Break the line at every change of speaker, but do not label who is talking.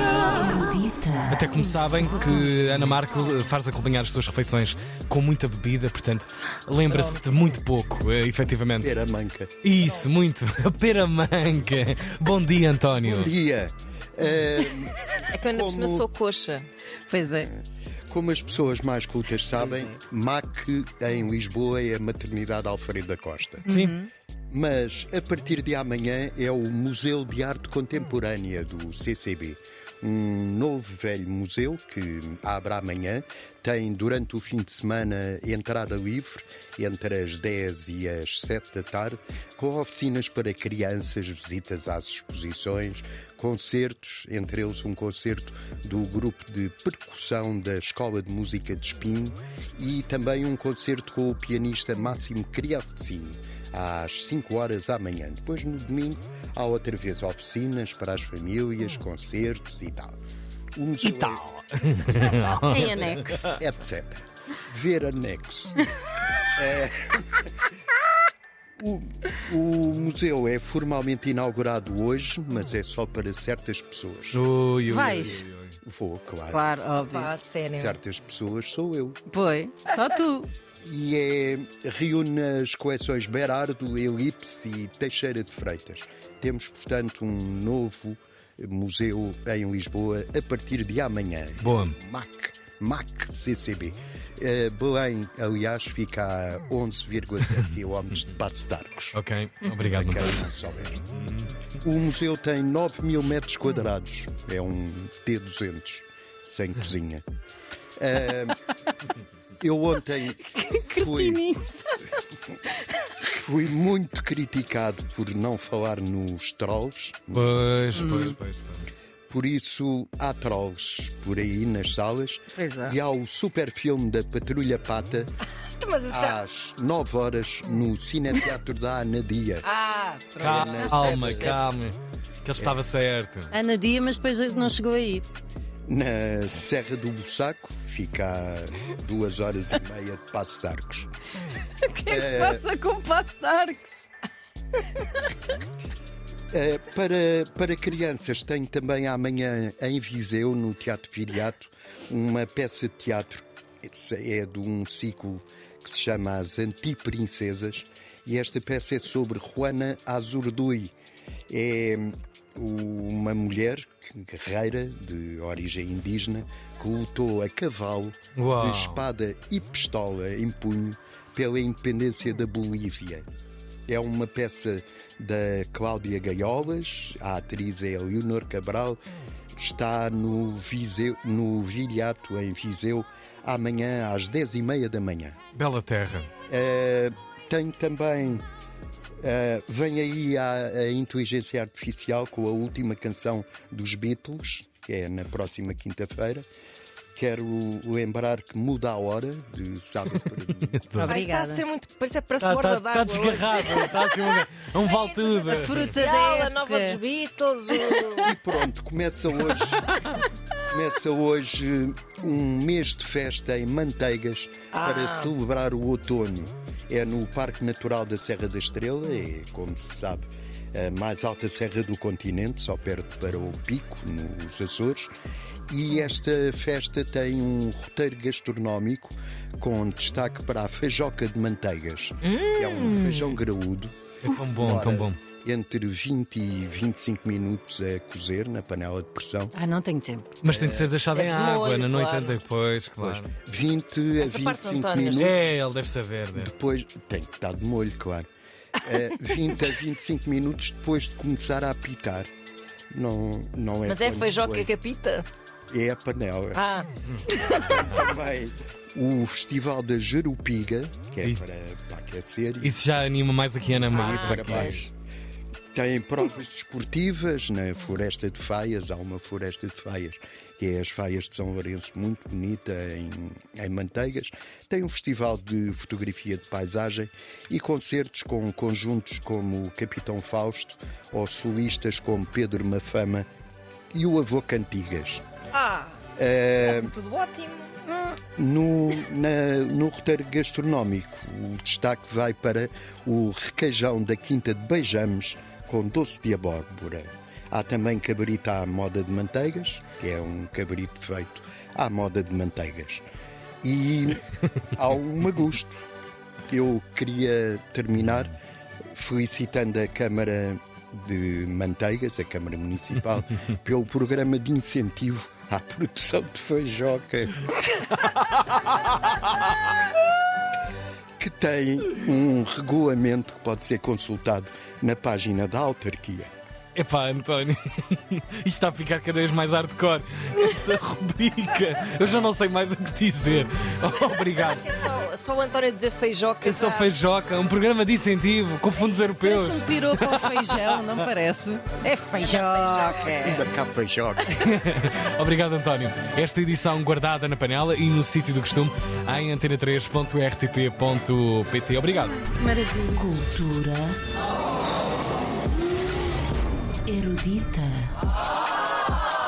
Erudita.
Até como sabem que Ana Marco eh, faz acompanhar as suas refeições com muita bebida, portanto, lembra-se de muito pouco, eh, efetivamente.
Era manca.
Isso, muito. Pera manca. Bom dia, António.
Dia. Ahm,
É que eu ainda por cima
ehm, Como-
sou coxa.
Pois é.
como as pessoas mais cultas sabem, MAC em Lisboa é a Maternidade Alfredo da Costa.
Sim.
Mas a partir de amanhã é o Museu de Arte Contemporânea do CCB. Um novo velho museu que abre amanhã, tem durante o fim de semana entrada livre, entre as 10 e as 7 da tarde, com oficinas para crianças, visitas às exposições, concertos, entre eles um concerto do grupo de percussão da Escola de Música de Espinho e também um concerto com o pianista Máximo Criazzini às 5 horas da manhã. Depois, no domingo, há outra vez oficinas para as famílias, concertos e tal. O museu
E tal.
Em anexo.
é- etc. Ver anexo. É. O, o museu é formalmente inaugurado hoje, mas é só para certas pessoas.
Ui, ui,
Vais?
ui, ui.
Vou, claro.
Claro, óbvio.
Pá, sério.
Certas pessoas sou eu.
Pois, só tu.
e é, reúne as coleções Berardo, Elipse e Teixeira de Freitas. Temos, portanto, um novo museu em Lisboa a partir de amanhã.
Boa.
MAC, MAC CCB. Eh, Belém, aliás, fica a 11,7 km de Passo de Arcos. é
Ok, obrigado.
Quem
António.
não souber. O museu tem 9 mil metros quadrados. É um T200, sem cozinha. Ah, eu ontem fui,
Nisso.
fui muito criticado por não falar nos trolls.
Pois, pois, pois. pois.
Por isso, há trolls por aí nas salas.
Pois é.
E há o super filme da Patrulha Pata
Mas isso já.
às 9 horas no Cineteatro da Anadia.
Ah, pronto.
Calma, calma. Que ele estava certo.
Ana Tá Dia, mas depois não chegou aí.
na Serra do Bussaco, fica a duas horas e meia de Passos de Arcos.
O que é que se passa com o Passo de Arcos?
Eh, para, para crianças, tenho também amanhã em Viseu, no Teatro Viriato, uma peça de teatro. Esse É de um ciclo que se chama As Antiprincesas e esta peça é sobre Juana Azurduy. É o- uma mulher guerreira de origem indígena que lutou a cavalo
Uau.
de espada e pistola em punho pela independência da Bolívia. É uma peça da Cláudia Gaiolas, a atriz é Leonor Cabral, está no, Viseu, no Viriato, em Viseu, amanhã às 10h30 da manhã.
Bela terra.
Eh, tem também. eh, vem aí a, a inteligência artificial com a última canção dos Beatles, que é na próxima quinta-feira. Quero lembrar que muda a hora de sábado para domingo.
Ah, isto está a
Obrigada.
ser muito. Parece, parece
Está
borda d'água. É,
desgarrado. Está assim um, um vale tudo.
A fruta
da
dela, a
época.
nova dos Beatles. o-
E pronto, começa hoje. Começa hoje um mês de festa em Manteigas para celebrar o outono. É no Parque Natural da Serra da Estrela, é, como se sabe, a mais alta serra do continente, só perto para o Pico, nos Açores. E esta festa tem um roteiro gastronómico com destaque para a feijoca de manteigas, que é um feijão graúdo
É tão bom,
Demora
tão bom.
Entre 20 e 25 minutos a cozer na panela de pressão.
Ah, não tenho tempo.
Mas tem de ser deixado
É
em
de
água
molho,
na noite
claro.
depois, claro.
20
Essa
a
parte do
25
António.
minutos.
É, ele deve saber. Deve.
Depois tem que estar de molho, claro. Eh, 20 a 25 minutos depois de começar a apitar. Não, não é
Mas é
quando
feijoca
foi.
capita?
É a panela.
Ah,
Também o Festival da Jerupiga, que é
E-
para, para aquecer e
Isso já anima mais aqui a Ana Marco.
para
aqui.
mais. Tem provas desportivas na Floresta de Faias, há uma Floresta de Faias, que é as Faias de São Lourenço, muito bonita em, em Manteigas. Tem um festival de fotografia de paisagem e concertos com conjuntos como o Capitão Fausto ou solistas como Pedro Mafama e o Avô Cantigas.
ah
Eh,
parece-me tudo ótimo.
no, na- no roteiro gastronómico, o destaque vai para o requeijão da Quinta de Beijames com doce de abóbora. Há também cabrito à moda de manteigas, que é um cabrito feito à moda de manteigas. E há um magusto. Eu queria terminar felicitando a Câmara de Manteigas, a Câmara Municipal, pelo programa de incentivo à produção de feijoca. que tem um regulamento que pode ser consultado na página da autarquia.
Epá, António, isto está a ficar cada vez mais hardcore. Esta rubrica, eu já não sei mais o que dizer. Obrigado.
É só, só o António dizer feijoca.
Eu sou
já.
Feijoca, um programa de incentivo com fundos
Parece
europeus.
um piropo ao feijão, não parece? É
é
feijoca.
Da cá feijoca.
Obrigado, António. Esta edição guardada na panela e no sítio do costume em antena3.rtp.pt. Obrigado.
Maravilha.
Cultura erudita.